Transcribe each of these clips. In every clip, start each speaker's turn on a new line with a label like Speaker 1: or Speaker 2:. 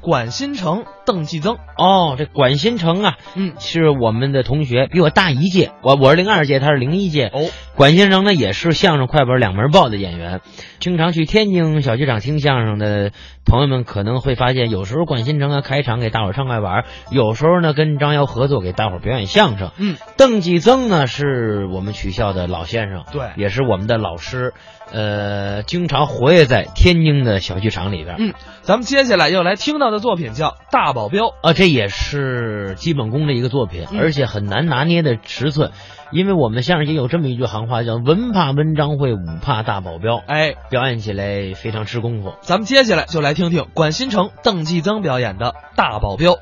Speaker 1: 管新城、邓继增。
Speaker 2: 哦，这管新城啊，
Speaker 1: 嗯，
Speaker 2: 是我们的同学，比我大一届，我我是零二届，他是零一届。
Speaker 1: 哦，
Speaker 2: 管先生呢，也是相声、快本两门报的演员，经常去天津小剧场听相声的朋友们可能会发现，有时候管新城啊开场给大伙儿唱快板儿，有时候呢跟张瑶合作给大伙儿表演相声。
Speaker 1: 嗯，
Speaker 2: 邓继增呢是我们曲校的老先生，
Speaker 1: 对
Speaker 2: 也是我们的老师，呃，经常活跃在天津的小剧场里边。
Speaker 1: 嗯咱们接下来要来听到的作品叫《大保镖》。
Speaker 2: 啊，这也是基本功的一个作品，
Speaker 1: 嗯
Speaker 2: 而且很难拿捏的尺寸，因为我们相声界有这么一句行话，叫“文怕文章会，武怕大保镖”，
Speaker 1: 哎，
Speaker 2: 表演起来非常吃功夫。
Speaker 1: 咱们接下来就来听听管新城、邓继增表演的《大保镖》。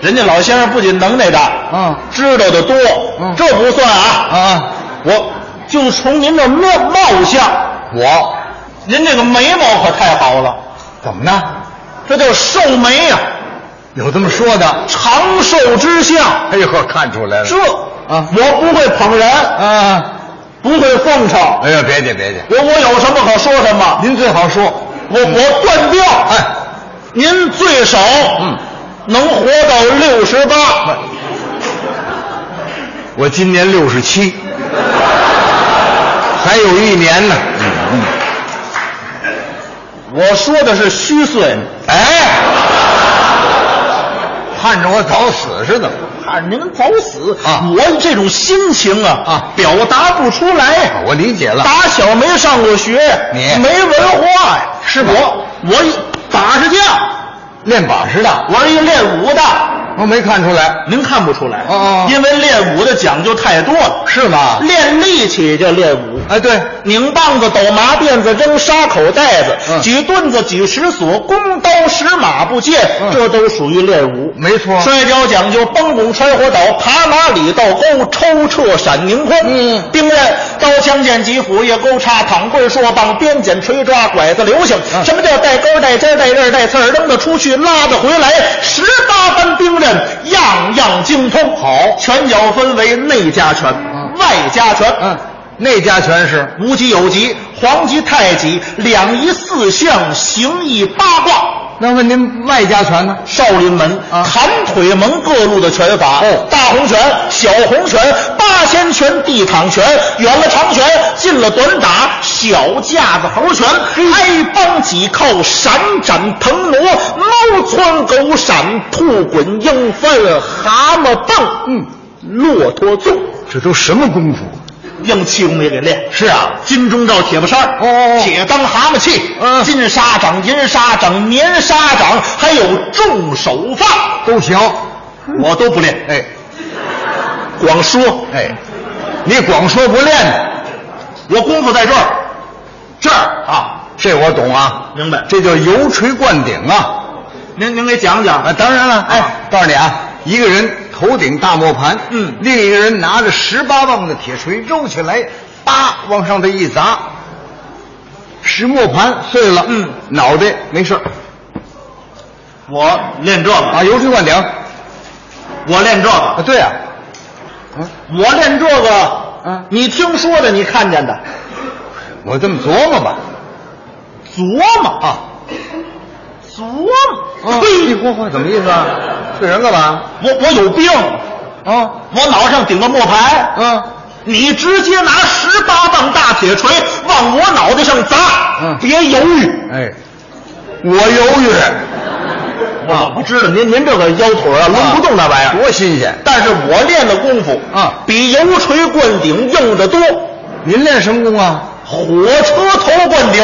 Speaker 3: 人家老先生不仅能耐大，
Speaker 4: 嗯
Speaker 3: 知道的多，
Speaker 4: 嗯
Speaker 3: 这不算啊
Speaker 4: 啊！
Speaker 3: 我就从您这貌貌相，我，您这个眉毛可太好了，
Speaker 4: 怎么呢？
Speaker 3: 这叫寿眉呀、
Speaker 4: 有这么说的？
Speaker 3: 长寿之相。
Speaker 4: 哎呦，看出来
Speaker 3: 这
Speaker 4: 啊
Speaker 3: 我不会捧人，
Speaker 4: 啊！
Speaker 3: 不会奉承，
Speaker 4: 哎呀，别介别介，
Speaker 3: 我我有什么可说什么，
Speaker 4: 您最好说。
Speaker 3: 我我断掉。
Speaker 4: 哎，
Speaker 3: 您最少
Speaker 4: 嗯哎
Speaker 3: 能活到六十八，
Speaker 4: 我今年六十七，还有一年呢。嗯
Speaker 3: 我说的是虚岁。
Speaker 4: 哎，盼着我早死是怎么？
Speaker 3: 看您早死
Speaker 4: 啊
Speaker 3: 我这种心情啊
Speaker 4: 啊
Speaker 3: 表达不出来。
Speaker 4: 我理解了。
Speaker 3: 打小没上过学，
Speaker 4: 你
Speaker 3: 没文化呀？
Speaker 4: 是吧
Speaker 3: 我我一打是架，
Speaker 4: 练把式的，
Speaker 3: 我是一练武的，
Speaker 4: 我没看出来，
Speaker 3: 您看不出来
Speaker 4: 哦哦
Speaker 3: 因为练武的讲究太多了，
Speaker 4: 是吗？
Speaker 3: 练力气叫练武。
Speaker 4: 哎，对，
Speaker 3: 拧棒子、抖麻辫子、扔沙口袋子、
Speaker 4: 嗯
Speaker 3: 举棍子、举石锁、弓刀、石马、步剑，
Speaker 4: 嗯
Speaker 3: 这都属于练武。
Speaker 4: 没错。
Speaker 3: 摔跤讲究崩拱、穿火倒、爬马、里倒钩、抽撤、闪凝空。
Speaker 4: 嗯
Speaker 3: 兵刃、刀枪剑戟斧钺钩叉躺棍槊棒鞭锏锤抓拐子流星。
Speaker 4: 嗯
Speaker 3: 什么叫带钩、带尖、带刃、带刺儿？扔得出去，拉得回来，十八般兵刃，样样精通。好，拳脚分为内家拳、
Speaker 4: 嗯
Speaker 3: 外家拳。
Speaker 4: 嗯，那家拳是
Speaker 3: 无极有极，黄极太极，两仪四象，形意八卦。
Speaker 4: 那问您外家拳呢？
Speaker 3: 少林门、
Speaker 4: 啊
Speaker 3: 砍腿门各路的拳法，
Speaker 4: 哦
Speaker 3: 大红拳、小红拳、八仙拳、地躺拳，远了长拳，近了短打，小架子猴拳，挨帮挤扣，闪展腾挪，猫窜狗闪，兔滚鹰翻，蛤蟆蹦，嗯，骆驼纵，
Speaker 4: 这都什么功夫？
Speaker 3: 硬气功也给练。
Speaker 4: 是啊，
Speaker 3: 金钟罩铁布衫儿
Speaker 4: 哦哦哦
Speaker 3: 铁裆蛤蟆气，
Speaker 4: 嗯
Speaker 3: 金沙掌、银沙掌、棉沙掌，还有重手放，
Speaker 4: 都行。
Speaker 3: 我都不练，
Speaker 4: 哎
Speaker 3: 光说。
Speaker 4: 哎，你光说不练，
Speaker 3: 我功夫在这儿，这儿啊，
Speaker 4: 这我懂啊，
Speaker 3: 明白？
Speaker 4: 这叫油锤灌顶啊！
Speaker 3: 您您给讲
Speaker 4: 啊，
Speaker 3: 讲，
Speaker 4: 当然了，
Speaker 3: 啊
Speaker 4: 哎，告诉你啊，一个人头顶大磨盘，
Speaker 3: 嗯
Speaker 4: 另一个人拿着十八磅的铁锤揉起来，叭往上头一砸，石磨盘碎了，
Speaker 3: 嗯
Speaker 4: 脑袋没事儿
Speaker 3: 我练这个，
Speaker 4: 啊，油锤灌顶
Speaker 3: 我练这
Speaker 4: 啊，
Speaker 3: 个，
Speaker 4: 对啊，
Speaker 3: 我练这个。
Speaker 4: 嗯
Speaker 3: 你听说的，你看见
Speaker 4: 啊
Speaker 3: 的，
Speaker 4: 我这么琢磨吧，
Speaker 3: 琢磨啊，琢磨。
Speaker 4: 你
Speaker 3: 呸！
Speaker 4: 嚯嚯，怎么意思啊？对人干嘛？
Speaker 3: 我我有病，
Speaker 4: 啊，
Speaker 3: 我脑上顶个磨盘。
Speaker 4: 嗯。
Speaker 3: 你直接拿十八磅大铁锤往我脑袋上砸，
Speaker 4: 嗯
Speaker 3: 别犹豫。
Speaker 4: 哎，我犹豫，
Speaker 3: 我不知道啊您您这个腰腿啊抡不动那玩意儿，
Speaker 4: 多新鲜！
Speaker 3: 但是我练的功夫
Speaker 4: 啊
Speaker 3: 比油锤灌顶硬得多。
Speaker 4: 您练什么功啊？
Speaker 3: 火车头灌顶，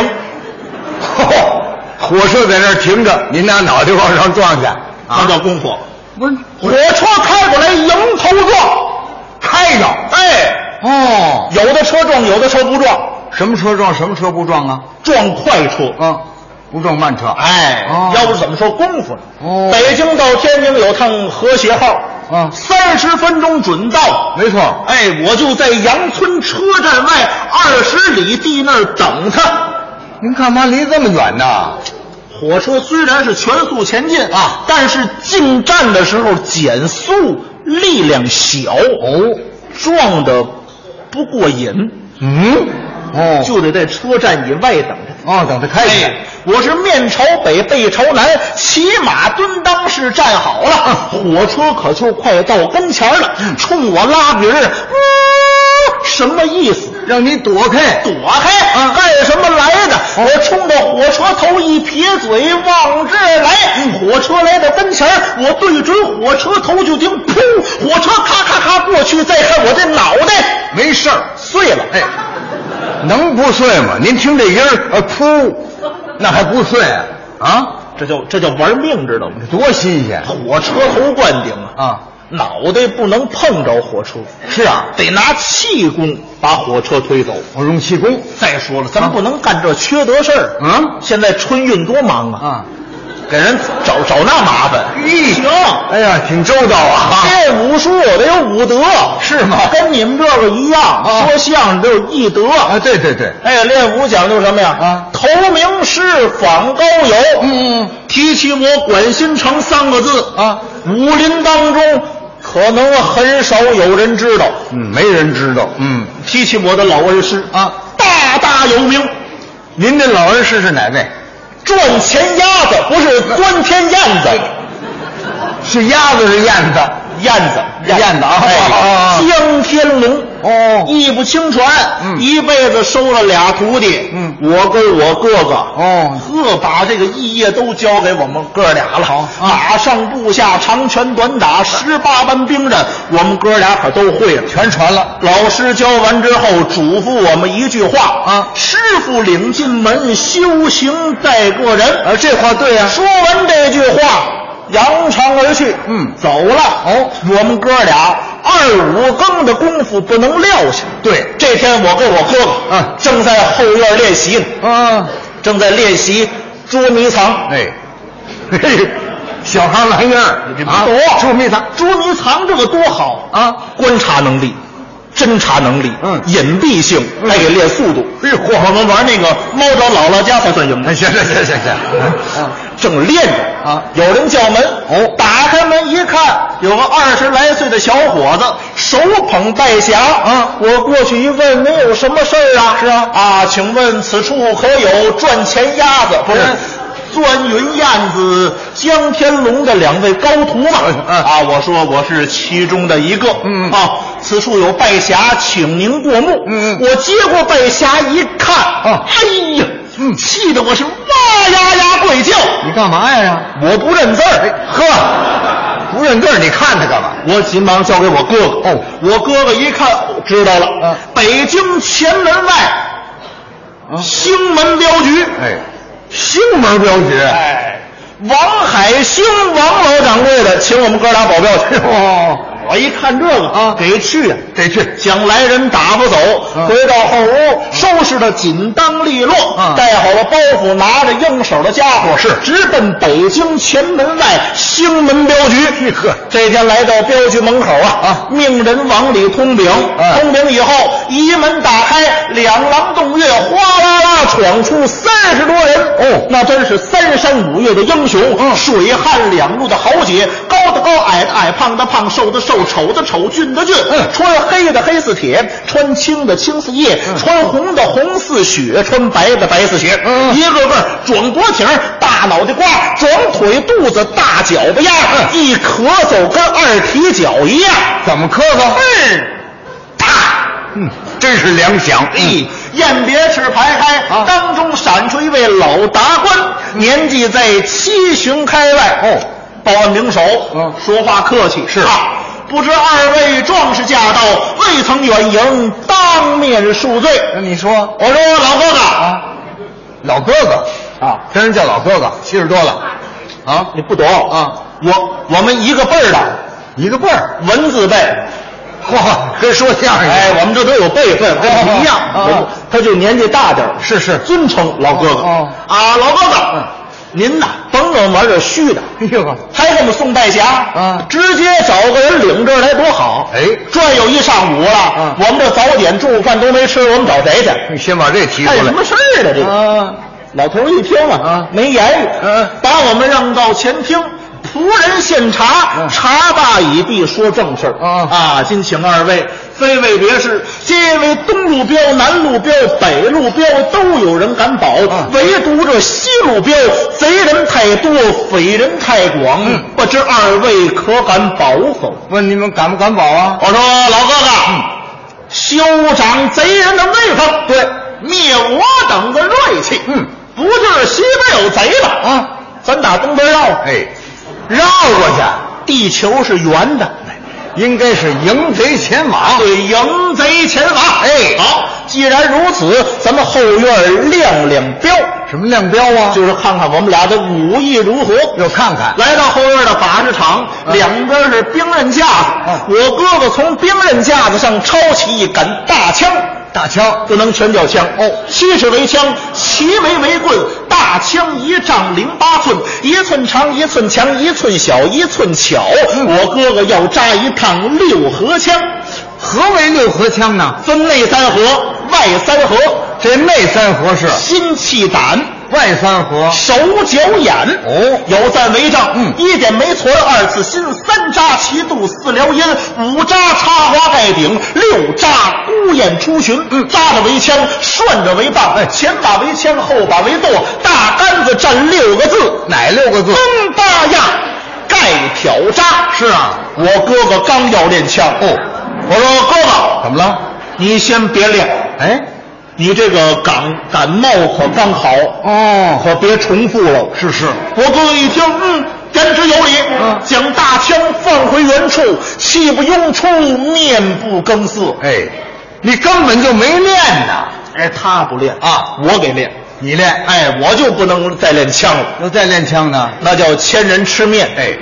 Speaker 3: 哦
Speaker 4: 火车在那儿停着，您拿脑袋往上撞去啊
Speaker 3: 那叫功夫。
Speaker 4: 不是
Speaker 3: 啊火车开过来迎头撞，
Speaker 4: 开着
Speaker 3: 哎，
Speaker 4: 哦，
Speaker 3: 有的车撞，有的车不撞，
Speaker 4: 什么车撞什么车不撞啊？
Speaker 3: 撞快车。
Speaker 4: 啊，不撞慢车。
Speaker 3: 哎，
Speaker 4: 哦
Speaker 3: 要不怎么说功夫呢？
Speaker 4: 哦
Speaker 3: 北京到天津有趟和谐号，
Speaker 4: 啊
Speaker 3: 三十分钟准到。
Speaker 4: 没错，
Speaker 3: 哎，我就在杨村车站外二十里地那儿等他。
Speaker 4: 您干嘛离这么远呢？
Speaker 3: 火车虽然是全速前进啊，但是进站的时候减速力量小，
Speaker 4: 哦，
Speaker 3: 撞的不过瘾。
Speaker 4: 嗯，哦
Speaker 3: 就得在车站以外等着他。
Speaker 4: 哦，等他开起来。
Speaker 3: 哎，我是面朝北，背朝南，骑马蹲裆是站好
Speaker 4: 哦
Speaker 3: 了，火车可就快到跟前了，冲我拉鼻儿，呜，什么意思？
Speaker 4: 让你躲开。
Speaker 3: 躲开哦啊！干什么来的？我冲着火车头一撇嘴，往这儿来。火车来到跟前儿，我对准火车头就听，噗！火车咔咔咔过去，再看我这脑袋
Speaker 4: 没事儿，
Speaker 3: 碎了。
Speaker 4: 哎，能不碎吗？您听这音儿，呃，噗，那还不碎啊？啊，
Speaker 3: 这叫这叫玩命，知道吗？
Speaker 4: 多新鲜
Speaker 3: 火车头灌顶啊！
Speaker 4: 啊！
Speaker 3: 脑袋不能碰着火车，是啊，得拿气功把火车推走。
Speaker 4: 我用气功，
Speaker 3: 再说了，咱们不能干这缺德事儿。
Speaker 4: 嗯
Speaker 3: 现在春运多忙啊，
Speaker 4: 啊，
Speaker 3: 给人找找那麻烦。
Speaker 4: 咦
Speaker 3: 行，
Speaker 4: 哎呀，挺周到啊！
Speaker 3: 练武术得有武德，是吗？跟你们这个一样，
Speaker 4: 啊
Speaker 3: 说相声得有艺德。
Speaker 4: 啊，对对对，
Speaker 3: 哎，练武讲究什么呀？
Speaker 4: 啊
Speaker 3: 投名师，访高友。
Speaker 4: 嗯嗯，
Speaker 3: 提起我管新城三个字
Speaker 4: 啊，
Speaker 3: 武林当中可能很少有人知道。
Speaker 4: 嗯，没人知道，嗯，
Speaker 3: 提起我的老恩师
Speaker 4: 啊，
Speaker 3: 大大有名，
Speaker 4: 您这老恩师是哪位？
Speaker 3: 赚钱鸭子不是钻天燕子，
Speaker 4: 哎是鸭子是燕子？
Speaker 3: 燕子
Speaker 4: 燕子啊啊啊
Speaker 3: 哎
Speaker 4: 啊，
Speaker 3: 江天龙
Speaker 4: 哦
Speaker 3: 义不轻传，
Speaker 4: 嗯
Speaker 3: 一辈子收了俩徒弟，
Speaker 4: 嗯
Speaker 3: 我跟我哥哥，
Speaker 4: 哦
Speaker 3: 呵，把这个艺业都交给我们哥俩了，
Speaker 4: 啊
Speaker 3: 马上布下长拳短打十八般兵刃，我们哥俩可都会了。
Speaker 4: 全传了。
Speaker 3: 老师教完之后，嘱咐我们一句话
Speaker 4: 啊
Speaker 3: 师傅领进门，修行在个人。
Speaker 4: 啊，这话对呀、
Speaker 3: 说完这句话，扬长而去。
Speaker 4: 嗯
Speaker 3: 走了。
Speaker 4: 哦，
Speaker 3: 我们哥俩二五更的功夫不能撂下。
Speaker 4: 对
Speaker 3: 这天我跟我哥哥，
Speaker 4: 嗯
Speaker 3: 正在后院练习呢，
Speaker 4: 啊，
Speaker 3: 正在练习捉迷藏。
Speaker 4: 哎，嘿嘿，小孩玩意儿
Speaker 3: 这不
Speaker 4: 啊
Speaker 3: 多，
Speaker 4: 捉迷藏
Speaker 3: 捉迷藏这个多好
Speaker 4: 啊！
Speaker 3: 观察能力、侦查能力、
Speaker 4: 嗯
Speaker 3: 隐蔽性，还给练速度。
Speaker 4: 哎呦嚯
Speaker 3: 嗯我们玩那个猫找姥姥家才算赢的
Speaker 4: 哎，。行行行行行，啊，
Speaker 3: 正练着
Speaker 4: 啊
Speaker 3: 有人叫门哦，打开门一看，有个二十来岁的小伙子，手捧带匣
Speaker 4: 啊
Speaker 3: 我过去一问，您有什么事儿啊？嗯是啊，啊，请问此处可有赚钱鸭子？不是
Speaker 4: 嗯。
Speaker 3: 钻云燕子、江天龙的两位高徒嘛，
Speaker 4: 嗯
Speaker 3: 啊，我说我是其中的一个，
Speaker 4: 嗯
Speaker 3: 啊，此处有拜匣，请您过目，
Speaker 4: 嗯嗯
Speaker 3: 我接过拜匣一看，
Speaker 4: 啊
Speaker 3: 哎呀，
Speaker 4: 嗯
Speaker 3: 气得我是哇呀呀跪叫，
Speaker 4: 你干嘛呀？
Speaker 3: 我不认字儿，呵，
Speaker 4: 不认字儿，你看他干嘛？
Speaker 3: 我急忙交给我哥哥。
Speaker 4: 哦
Speaker 3: 我哥哥一看知道了，
Speaker 4: 嗯
Speaker 3: 北京前门外
Speaker 4: 啊
Speaker 3: 兴门镖局，
Speaker 4: 哎，
Speaker 3: 兴门镖局，哎，王海兴王老掌柜的，请我们哥俩保镖去。
Speaker 4: 哦，
Speaker 3: 我一看这个
Speaker 4: 啊
Speaker 3: 得去呀、
Speaker 4: 得去，
Speaker 3: 将来人打发走，
Speaker 4: 嗯
Speaker 3: 回到后屋收拾的紧当利落，
Speaker 4: 嗯
Speaker 3: 带好了包袱，拿着应手的家伙，
Speaker 4: 是
Speaker 3: 直奔北京前门外兴门镖局。呵，这天来到镖局门口啊，
Speaker 4: 啊
Speaker 3: 命人往里通禀，
Speaker 4: 嗯
Speaker 3: 通禀以后，一门打开，两廊洞月，哗啦啦闯出三十多人。哦，那真是三山五岳的英雄，水旱两路的豪杰，高的高，矮的矮，胖的胖，瘦的瘦，丑的丑，俊的俊。穿黑的黑似铁，穿青的青似叶， 穿红的红似雪，穿白的白似雪。
Speaker 4: 嗯
Speaker 3: 一个个壮脖挺儿，大脑袋瓜儿，壮腿肚子，大脚巴丫儿，
Speaker 4: 嗯
Speaker 3: 一咳嗽跟二踢脚一样。
Speaker 4: 怎么磕头？
Speaker 3: 嗯，大。
Speaker 4: 嗯，真是粮饷。
Speaker 3: 哎，雁别翅排开，
Speaker 4: 啊
Speaker 3: 当中闪出一位老达官，年纪在七旬开外。
Speaker 4: 哦，
Speaker 3: 报案领首，
Speaker 4: 嗯
Speaker 3: 说话客气
Speaker 4: 是
Speaker 3: 啊。不知二位壮士驾到，未曾远迎，当面恕罪。
Speaker 4: 那你说
Speaker 3: 我说老哥哥，
Speaker 4: 啊，老哥哥
Speaker 3: 啊，
Speaker 4: 真人叫老哥哥，七十多了，啊，
Speaker 3: 你不懂
Speaker 4: 啊？
Speaker 3: 我我们一个辈儿的
Speaker 4: 一个辈儿，
Speaker 3: 文字辈，
Speaker 4: 嚯，跟说相声
Speaker 3: 哎，我们这都有辈分，跟你一样。
Speaker 4: 哦
Speaker 3: 我们他就年纪大点儿
Speaker 4: 是是
Speaker 3: 尊称老哥哥。
Speaker 4: 哦嗯
Speaker 3: 啊，老哥哥，您呐，甭跟我玩这虚的，
Speaker 4: 哎呦，
Speaker 3: 还给我们送带匣
Speaker 4: 啊
Speaker 3: 直接找个人领这儿来多好。
Speaker 4: 哎
Speaker 3: 转悠一上午了
Speaker 4: 啊，
Speaker 3: 我们这早点中午饭都没吃，我们找谁去？
Speaker 4: 你先把这提出
Speaker 3: 干
Speaker 4: 来
Speaker 3: 哎什么事儿呢？这个
Speaker 4: 啊，
Speaker 3: 老头儿一听啊，
Speaker 4: 啊
Speaker 3: 没言语，
Speaker 4: 嗯
Speaker 3: 把我们让到前厅。仆人献茶，
Speaker 4: 嗯
Speaker 3: 茶罢已毕，说正事儿
Speaker 4: 啊
Speaker 3: 啊！今请二位非为别事，皆为东路标、南路标、北路标都有人敢保，
Speaker 4: 啊
Speaker 3: 唯独这西路标贼人太多，匪人太广，
Speaker 4: 嗯
Speaker 3: 不知二位可敢保否？
Speaker 4: 问你们敢不敢保啊？
Speaker 3: 我说老哥哥，修长贼人的威风，对，灭我等的锐气。
Speaker 4: 嗯，
Speaker 3: 不就是西边有贼吗？啊，咱打东边绕，
Speaker 4: 哎，
Speaker 3: 绕过去，地球是圆的。
Speaker 4: 应该是迎贼前往。
Speaker 3: 啊对，迎贼前往。哎，好，既然如此，咱们后院亮亮标，
Speaker 4: 什么亮标啊？
Speaker 3: 就是看看我们俩的武艺如何。
Speaker 4: 要看看。
Speaker 3: 来到后院的法制场，
Speaker 4: 嗯
Speaker 3: 两边是兵刃架
Speaker 4: 嗯
Speaker 3: 子。我哥哥从兵刃架子上抄起一杆大枪，
Speaker 4: 大枪，
Speaker 3: 不能全叫枪哦，七尺为枪，齐眉为棍，大枪一丈零八寸，一寸长，一寸强，一寸小，一寸巧。
Speaker 4: 嗯
Speaker 3: 我哥哥要扎一趟六合枪，
Speaker 4: 何为六合枪呢？
Speaker 3: 分内三合，外三合，
Speaker 4: 这内三合是，
Speaker 3: 心气胆。
Speaker 4: 外三合
Speaker 3: 手脚眼
Speaker 4: 哦
Speaker 3: 有赞为证。
Speaker 4: 嗯
Speaker 3: 一点没存，二字心，三扎齐肚，四撩烟，五扎插花盖顶，六扎孤雁出巡。嗯，扎着为枪，涮着为棒，
Speaker 4: 哎
Speaker 3: 前把为枪，后把为舵，大杆子占六个字，
Speaker 4: 哪六个字？
Speaker 3: 东八样盖挑扎。
Speaker 4: 嗯是啊，
Speaker 3: 我哥哥刚要练枪，
Speaker 4: 哦，
Speaker 3: 我说哥哥，
Speaker 4: 怎么了？
Speaker 3: 你先别练，
Speaker 4: 哎，
Speaker 3: 你这个感感冒可刚好，
Speaker 4: 哦，
Speaker 3: 可别重复了。
Speaker 4: 是是，
Speaker 3: 我哥哥一听，嗯，言之有理，
Speaker 4: 嗯
Speaker 3: 将大枪放回原处，气不拥出，面不更色。
Speaker 4: 哎，你根本就没练呐，
Speaker 3: 哎，他不练
Speaker 4: 啊，
Speaker 3: 我给练。
Speaker 4: 你练，
Speaker 3: 哎，我就不能再练枪了，
Speaker 4: 要再练枪呢，
Speaker 3: 那叫千人吃面。
Speaker 4: 哎，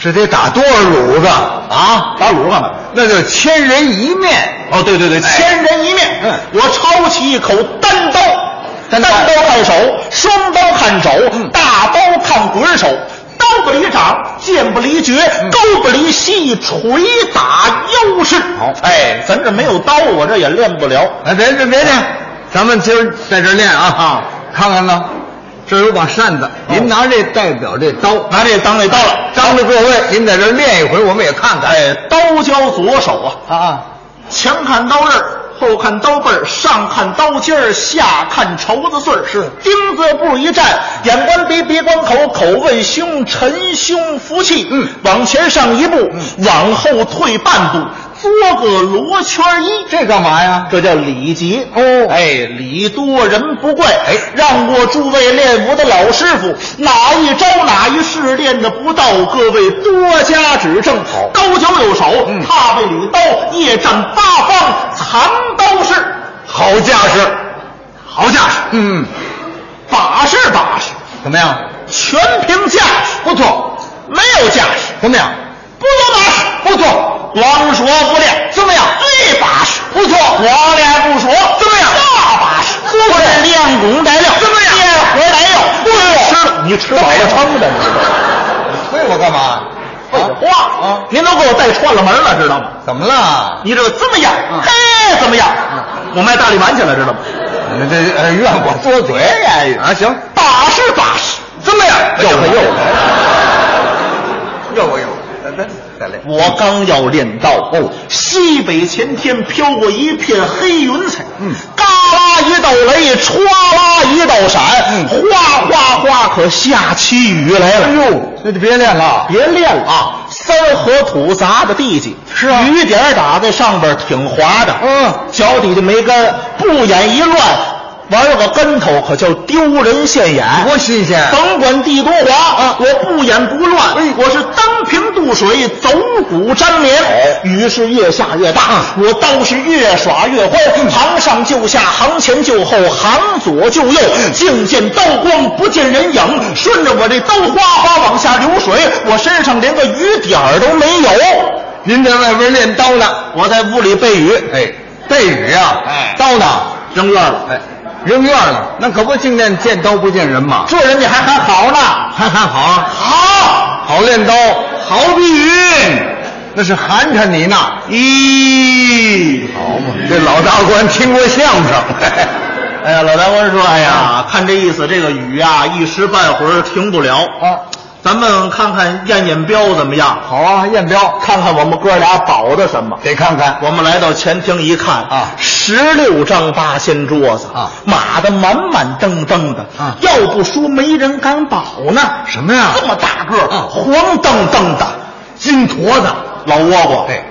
Speaker 4: 是得打多少卤子啊？
Speaker 3: 打卤干嘛？
Speaker 4: 那就千人一面。
Speaker 3: 哦，对对对，
Speaker 4: 哎
Speaker 3: 千人一面。
Speaker 4: 嗯
Speaker 3: 我抄起一口单刀，
Speaker 4: 单刀嗯
Speaker 3: 看手，双刀看肘，大刀看滚手，刀不离掌，剑不离绝，
Speaker 4: 嗯
Speaker 3: 钩不离膝，捶打优势。
Speaker 4: 好
Speaker 3: 哎，咱这没有刀，我这也练不了。
Speaker 4: 哎，别别别练，咱们今儿在这儿练啊！啊，看看呢，这儿有把扇子，您拿这代表这刀，
Speaker 3: 拿这当这刀了，
Speaker 4: 张着各位，您在这儿练一回，我们也看看。
Speaker 3: 哎，刀交左手啊，
Speaker 4: 啊啊，
Speaker 3: 前看刀刃儿，后看刀背儿，上看刀尖儿，下看绸子穗儿。是丁字步一站，眼观鼻，鼻观口，口问胸，沉胸服气。嗯，往前上一步，往后退半步，作个罗圈儿揖。
Speaker 4: 这干嘛呀？
Speaker 3: 这叫礼节
Speaker 4: 哦
Speaker 3: 哎，礼多人不怪，哎，让过诸位练武的老师傅，哪一招哪一式练的不到，各位多加指正。好，嗯刀脚有手，踏背捋刀，夜战八方，藏刀式，好架势，好架势，
Speaker 4: 嗯，
Speaker 3: 把式把式，
Speaker 4: 怎么样？
Speaker 3: 全凭架势，不错，没有架势，
Speaker 4: 怎么样？
Speaker 3: 不有把式，不错，光说不练，怎么样？一把式，不错，光练不说，怎么样？大把式，不错，练功带料，怎么样？练活带料，不吃了，你吃饱了撑 的，
Speaker 4: 喂我干嘛？
Speaker 3: 废话
Speaker 4: 啊
Speaker 3: 您都给我带串了门了，知道吗？
Speaker 4: 怎么了？
Speaker 3: 你这个怎么样？嘿，怎么样？我卖大力丸去了，知道吗？
Speaker 4: 你这呃怨我多嘴呀？啊，行，
Speaker 3: 把式把式，怎么样？又来又来。
Speaker 4: 又我又，再再再来。
Speaker 3: 我刚要练道哦，西北前天飘过一片黑云彩，嗯，嘎啦一道雷，歘啦一道闪，哗哗哗，可下起雨来了。
Speaker 4: 哎呦，那就别练了。
Speaker 3: 别练了啊！三合土砸的地基，是啊，雨点儿打在上边儿挺滑的，
Speaker 4: 嗯
Speaker 3: 脚底下没干，不眼一乱，玩个跟头可叫丢人现眼。
Speaker 4: 多新鲜！
Speaker 3: 甭管地多滑，啊，我不眼不乱，
Speaker 4: 哎
Speaker 3: 我是当平渡水，走骨粘连。
Speaker 4: 哎
Speaker 3: 雨是越下越大，
Speaker 4: 啊
Speaker 3: 我刀是越耍越欢，
Speaker 4: 嗯
Speaker 3: 行上就下，行前就后，行左就右，
Speaker 4: 嗯
Speaker 3: 净见刀光不见人影。顺着我这刀哗哗往下流水，我身上连个雨点儿都没有。
Speaker 4: 您在外边练刀呢？
Speaker 3: 我在屋里避雨，
Speaker 4: 哎，背雨啊，
Speaker 3: 哎
Speaker 4: 刀呢？
Speaker 3: 扔院了。
Speaker 4: 哎，扔院了，那可不净练见刀不见人嘛，
Speaker 3: 这人家还还好呢，
Speaker 4: 还还好啊，
Speaker 3: 好。
Speaker 4: 好练刀，好比云，那是寒碜你呢。咦，好嘛，这老大官听过相 声，
Speaker 3: 哎呀，老大官说，哎呀，看这意思，这个雨啊，一时半会儿停不了。
Speaker 4: 啊，
Speaker 3: 咱们看看验验标怎么样？
Speaker 4: 好啊，验标，
Speaker 3: 看看我们哥俩保的什么。
Speaker 4: 得看看。
Speaker 3: 我们来到前厅一看
Speaker 4: 啊
Speaker 3: 十六张八仙桌子
Speaker 4: 啊
Speaker 3: 码的满满登登的
Speaker 4: 啊
Speaker 3: 要不说没人敢保呢。
Speaker 4: 什么呀
Speaker 3: 这么大个儿，
Speaker 4: 啊
Speaker 3: 黄澄澄的，金坨子，老倭瓜。
Speaker 4: 哎，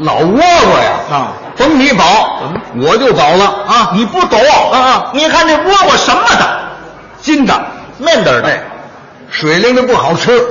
Speaker 4: 老窝瓜呀，
Speaker 3: 啊，
Speaker 4: 甭你保，我就保了啊！
Speaker 3: 你不懂啊啊！你看这倭瓜什么的，
Speaker 4: 金的，
Speaker 3: 面的
Speaker 4: 哎
Speaker 3: 的，，
Speaker 4: 水灵的不好吃，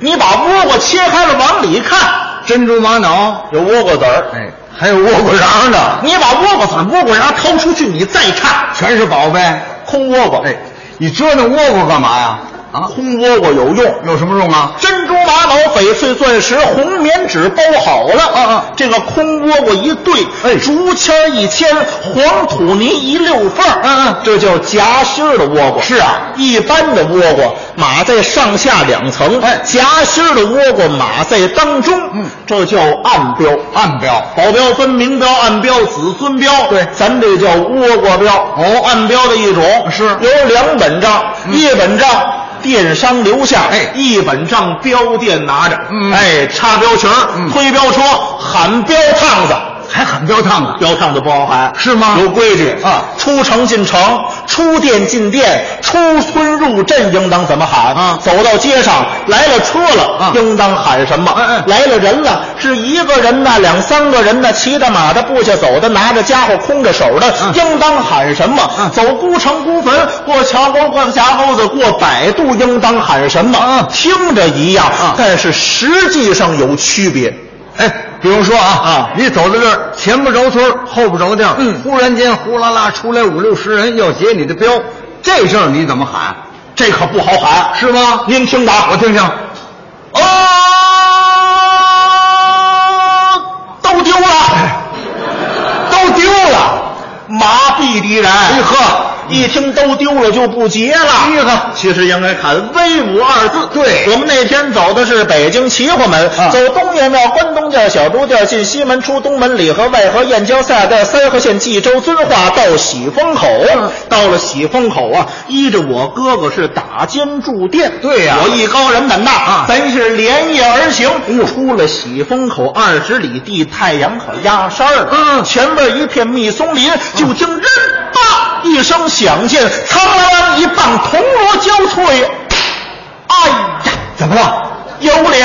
Speaker 3: 你把倭瓜切开了往里看，
Speaker 4: 珍珠玛瑙，
Speaker 3: 有倭瓜籽儿。
Speaker 4: 哎，还有倭瓜瓤的，
Speaker 3: 你把倭瓜籽、倭瓜瓤掏出去，你再看
Speaker 4: 全是宝贝。
Speaker 3: 空倭瓜。
Speaker 4: 哎，你折腾倭瓜干嘛呀？啊，
Speaker 3: 空倭瓜有用。
Speaker 4: 有什么用啊？
Speaker 3: 珍珠玛瑙、翡翠钻石、红棉纸包好了，
Speaker 4: 啊啊
Speaker 3: 这个空倭瓜一对，
Speaker 4: 哎
Speaker 3: 竹签一签，黄土泥一溜缝儿，
Speaker 4: 嗯嗯
Speaker 3: 这叫夹心儿的倭瓜。
Speaker 4: 是啊，
Speaker 3: 一般的倭瓜码在上下两层，
Speaker 4: 哎
Speaker 3: 夹心儿的倭瓜码在当中，
Speaker 4: 嗯
Speaker 3: 这叫暗标。
Speaker 4: 暗标，
Speaker 3: 保镖分明标、暗标、子孙标，
Speaker 4: 对
Speaker 3: 咱这叫倭瓜标，哦，暗标的一种
Speaker 4: 是嗯
Speaker 3: 有两本账，一本账电商留下，
Speaker 4: 哎
Speaker 3: 一本账标店拿着，
Speaker 4: 嗯
Speaker 3: 哎，插标旗儿、
Speaker 4: 嗯
Speaker 3: 推标车、喊标趟子。
Speaker 4: 还喊标烫的，
Speaker 3: 标趟子不好喊，
Speaker 4: 是吗
Speaker 3: 有规矩
Speaker 4: 啊
Speaker 3: 出城进城，出店进店，出村入镇，应当怎么喊
Speaker 4: 啊
Speaker 3: 走到街上来了车了，
Speaker 4: 啊
Speaker 3: 应当喊什么？
Speaker 4: 哎哎
Speaker 3: 来了人了，是一个人呐，两三个人呐，骑着马的，步下走的，拿着家伙，空着手的，
Speaker 4: 嗯
Speaker 3: 应当喊什么？
Speaker 4: 嗯
Speaker 3: 走孤城孤坟，过桥沟，过峡沟子，过百渡，应当喊什么？
Speaker 4: 嗯
Speaker 3: 听着一样，
Speaker 4: 嗯
Speaker 3: 但是实际上有区别。
Speaker 4: 哎，比如说啊
Speaker 3: 啊
Speaker 4: 你走到这儿前不着村后不着店，
Speaker 3: 嗯
Speaker 4: 忽然间呼啦啦出来五六十人要劫你的镖，这事儿你怎么喊？
Speaker 3: 这可不好喊，
Speaker 4: 是吗？
Speaker 3: 您听着，
Speaker 4: 我听听，
Speaker 3: 哦，都丢
Speaker 4: 哎
Speaker 3: 了，都丢了，麻痹敌人。
Speaker 4: 哎呵，
Speaker 3: 一听都丢了就不结了。
Speaker 4: 哎呵
Speaker 3: 其实应该喊威武二字。
Speaker 4: 对
Speaker 3: 我们那天走的是北京齐化门，
Speaker 4: 啊
Speaker 3: 走东岳庙、关东店、小猪店，进西门、出东门、里河、外河、燕郊、下店、三河县、冀州、遵化，到喜峰口。
Speaker 4: 嗯
Speaker 3: 到了喜峰口啊，依着我哥哥是打尖住店。
Speaker 4: 对呀
Speaker 3: 我艺高人胆大
Speaker 4: 啊哎
Speaker 3: 咱是连夜而行，出了喜峰口二十里地，太阳可压山儿了。
Speaker 4: 嗯
Speaker 3: 前边一片密松林，就听“人吧”一声响见，苍啷啷一棒铜锣交脆，哎呀，
Speaker 4: 怎么了？
Speaker 3: 有了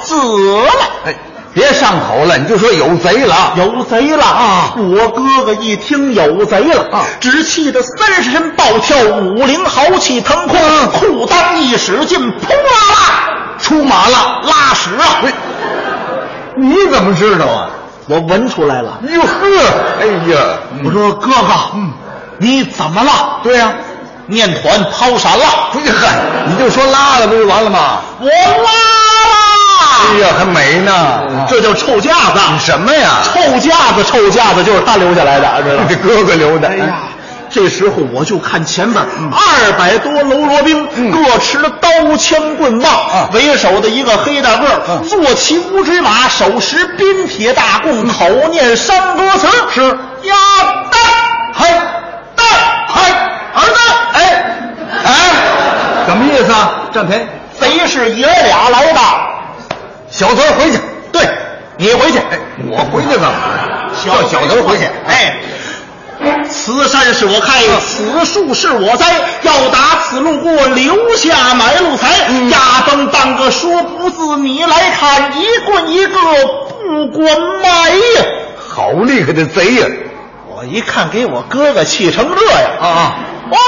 Speaker 3: 子了。
Speaker 4: 哎，别上口了，你就说有贼了啊。
Speaker 3: 有贼了
Speaker 4: 啊
Speaker 3: 我哥哥一听有贼了
Speaker 4: 啊
Speaker 3: 只气得三十身暴跳，五灵豪气腾空，
Speaker 4: 嗯
Speaker 3: 裤裆一使劲，扑啦啦，出马了，拉屎啊！
Speaker 4: 你怎么知道啊？
Speaker 3: 哎我闻出来了。
Speaker 4: 哟呵，哎呀，
Speaker 3: 我
Speaker 4: 我说
Speaker 3: 说哥哥，嗯，你怎么了？哎
Speaker 4: 对呀、
Speaker 3: 面团抛闪了，
Speaker 4: 不是嗨，你就说拉了不就完了吗？
Speaker 3: 我拉
Speaker 4: 哎
Speaker 3: 了。
Speaker 4: 呀，还没呢，
Speaker 3: 啊
Speaker 4: 嗯
Speaker 3: 这叫臭架子。
Speaker 4: 什么呀？
Speaker 3: 臭架子，臭架子就是他留下来的，知道吗
Speaker 4: 这？哥哥留的。
Speaker 3: 哎呀， 嗯这时候我就看前面二百多喽啰兵，
Speaker 4: 嗯
Speaker 3: 各持刀枪棍棒
Speaker 4: 啊，
Speaker 3: 为首的一个黑大个儿，
Speaker 4: 嗯
Speaker 3: 坐骑乌骓马，手持冰铁大棍，口念山歌词，是呀蛋嗨蛋嗨儿子哎
Speaker 4: 哎，什么意思啊？占便宜，
Speaker 3: 贼是爷俩来的，
Speaker 4: 小偷回去。
Speaker 3: 对你回去。
Speaker 4: 哎，我回去干嘛？
Speaker 3: 啊
Speaker 4: 叫小偷回去。
Speaker 3: 哎。此山是我开，
Speaker 4: 嗯
Speaker 3: 此树是我栽。要打此路过，留下买路财。
Speaker 4: 嗯
Speaker 3: 压灯当个说不字，你来看，一棍一个不管埋呀！
Speaker 4: 好厉害的贼呀！
Speaker 3: 我一看，给我哥哥气成这样
Speaker 4: 啊！啊，
Speaker 3: 哇，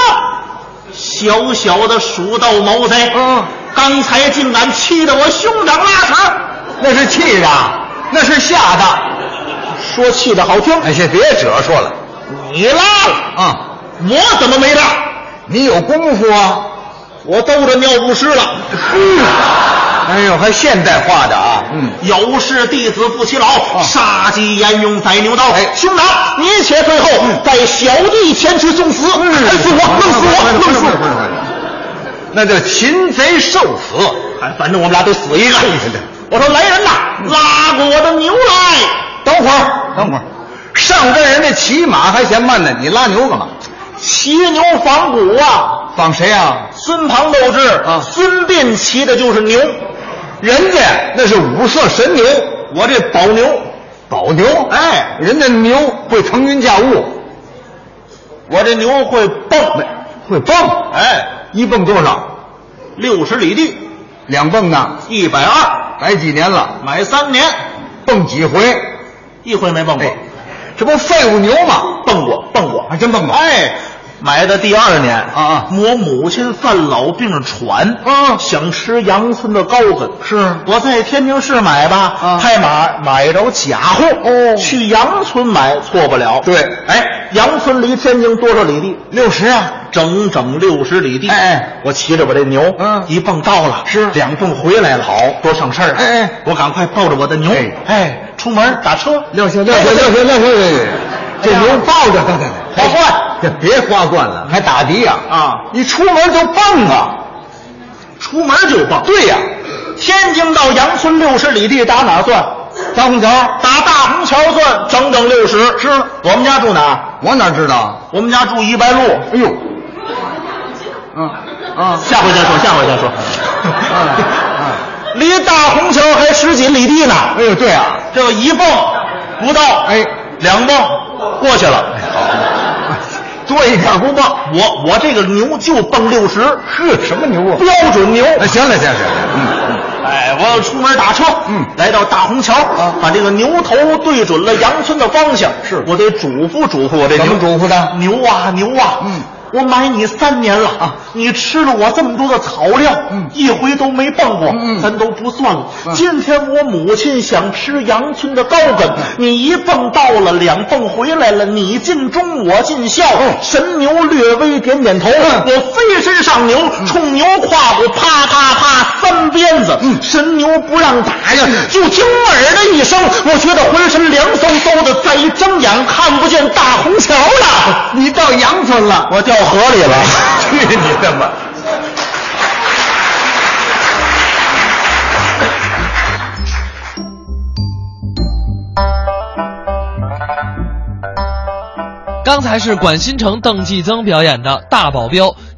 Speaker 3: 小小的蜀道毛贼，
Speaker 4: 嗯
Speaker 3: 刚才竟敢气得我兄长拉屎，
Speaker 4: 那是气的，那是吓的。
Speaker 3: 说气的好听，
Speaker 4: 哎呀，别折说了
Speaker 3: 你拉了，
Speaker 4: 啊！
Speaker 3: 我怎么没拉？
Speaker 4: 你有功夫啊？
Speaker 3: 我兜着尿不湿了。
Speaker 4: 哎呦，还现代化的啊！嗯，啊
Speaker 3: 有事弟子不欺老，杀鸡焉用宰牛刀
Speaker 4: 哎。嗯
Speaker 3: 兄长，你且退后，带小弟前去送死，砍死我，弄死我，弄死我！
Speaker 4: 我！那叫擒贼受死。
Speaker 3: 哎，反正我们俩都死一个。我说来人呐，
Speaker 4: 嗯
Speaker 3: 拉过我的牛来！
Speaker 4: 等会儿，等会儿，上阵人家骑马还嫌慢呢，你拉牛干嘛？
Speaker 3: 骑牛仿鼓啊，
Speaker 4: 仿谁啊？
Speaker 3: 孙庞斗智
Speaker 4: 啊
Speaker 3: 孙膑骑的就是牛，
Speaker 4: 人家那是五色神牛，
Speaker 3: 我这宝牛，
Speaker 4: 宝牛。哎，人家牛会腾云驾雾，
Speaker 3: 我这牛会蹦，
Speaker 4: 会蹦。
Speaker 3: 哎，
Speaker 4: 一蹦多少？
Speaker 3: 六十里地，
Speaker 4: 两蹦呢？
Speaker 3: 一百二，
Speaker 4: 改几年了？
Speaker 3: 买三年，
Speaker 4: 蹦几回？
Speaker 3: 一回没蹦过，
Speaker 4: 哎，这不废物牛吗？
Speaker 3: 蹦过，蹦过，
Speaker 4: 还真蹦过。
Speaker 3: 哎，买的第二年
Speaker 4: 啊啊
Speaker 3: 我母亲犯老病喘，
Speaker 4: 啊
Speaker 3: 想吃杨村的高跟，
Speaker 4: 是
Speaker 3: 我在天津市买吧，
Speaker 4: 啊
Speaker 3: 拍马买着假货，
Speaker 4: 哦
Speaker 3: 去杨村买错不了。
Speaker 4: 对
Speaker 3: 哎，杨村离天津多少里地？
Speaker 4: 六十啊，
Speaker 3: 整整六十里地。
Speaker 4: 哎哎，
Speaker 3: 我骑着我这牛，
Speaker 4: 嗯
Speaker 3: 一蹦到了，
Speaker 4: 是
Speaker 3: 两蹦回来了，好多省事儿啊。
Speaker 4: 哎哎
Speaker 3: 我赶快抱着我的牛，
Speaker 4: 哎
Speaker 3: 哎，出门打车，哎
Speaker 4: 撂下撂下撂下撂下，这牛抱着它呢。哎
Speaker 3: 花冠
Speaker 4: 这别花冠了，还打的呀？
Speaker 3: 啊
Speaker 4: 你出门就蹦啊？
Speaker 3: 出门就蹦。
Speaker 4: 对呀、
Speaker 3: 天津到杨村六十里地打哪儿算？
Speaker 4: 张红桥，
Speaker 3: 打大红桥算，整整六十。是我们家住哪儿？
Speaker 4: 我哪知道啊？
Speaker 3: 我们家住一白路。
Speaker 4: 哎呦，嗯啊
Speaker 3: 下回再说，下回再 说。离大红桥还十几里地呢。
Speaker 4: 哎呦，对啊，
Speaker 3: 这一蹦不到，
Speaker 4: 哎
Speaker 3: 两蹦过去 了。
Speaker 4: 多一点不报。
Speaker 3: 我我这个牛就蹦六十，
Speaker 4: 呵，什么牛啊？
Speaker 3: 标准牛。
Speaker 4: 哎行了，行了，行了嗯，
Speaker 3: 哎，我要出门打车，
Speaker 4: 嗯
Speaker 3: 来到大红桥，
Speaker 4: 啊
Speaker 3: 把这个牛头对准了杨村的方向。
Speaker 4: 是
Speaker 3: 我得嘱咐嘱咐我这
Speaker 4: 怎
Speaker 3: 牛
Speaker 4: 么嘱咐的？
Speaker 3: 牛啊牛啊，
Speaker 4: 嗯，
Speaker 3: 我买你三年了，
Speaker 4: 啊
Speaker 3: 你吃了我这么多的草料，
Speaker 4: 嗯
Speaker 3: 一回都没蹦过，
Speaker 4: 嗯嗯
Speaker 3: 咱都不算了。
Speaker 4: 嗯
Speaker 3: 今天我母亲想吃杨村的高跟，你一蹦到了，两蹦回来了，你尽忠我尽孝。
Speaker 4: 嗯
Speaker 3: 神牛略微点点头，我飞身上牛，
Speaker 4: 嗯
Speaker 3: 冲牛胯骨啪啪啪三鞭子，
Speaker 4: 嗯
Speaker 3: 神牛不让打
Speaker 4: 哎
Speaker 3: 呀，就听“耳的一声，我觉得浑身凉飕飕的，再一睁眼看不见大红桥了。
Speaker 4: 你到杨村了，
Speaker 3: 我掉河里了。
Speaker 4: 去你的吧！
Speaker 1: 刚才是管新城、邓继增表演的《大保镖》，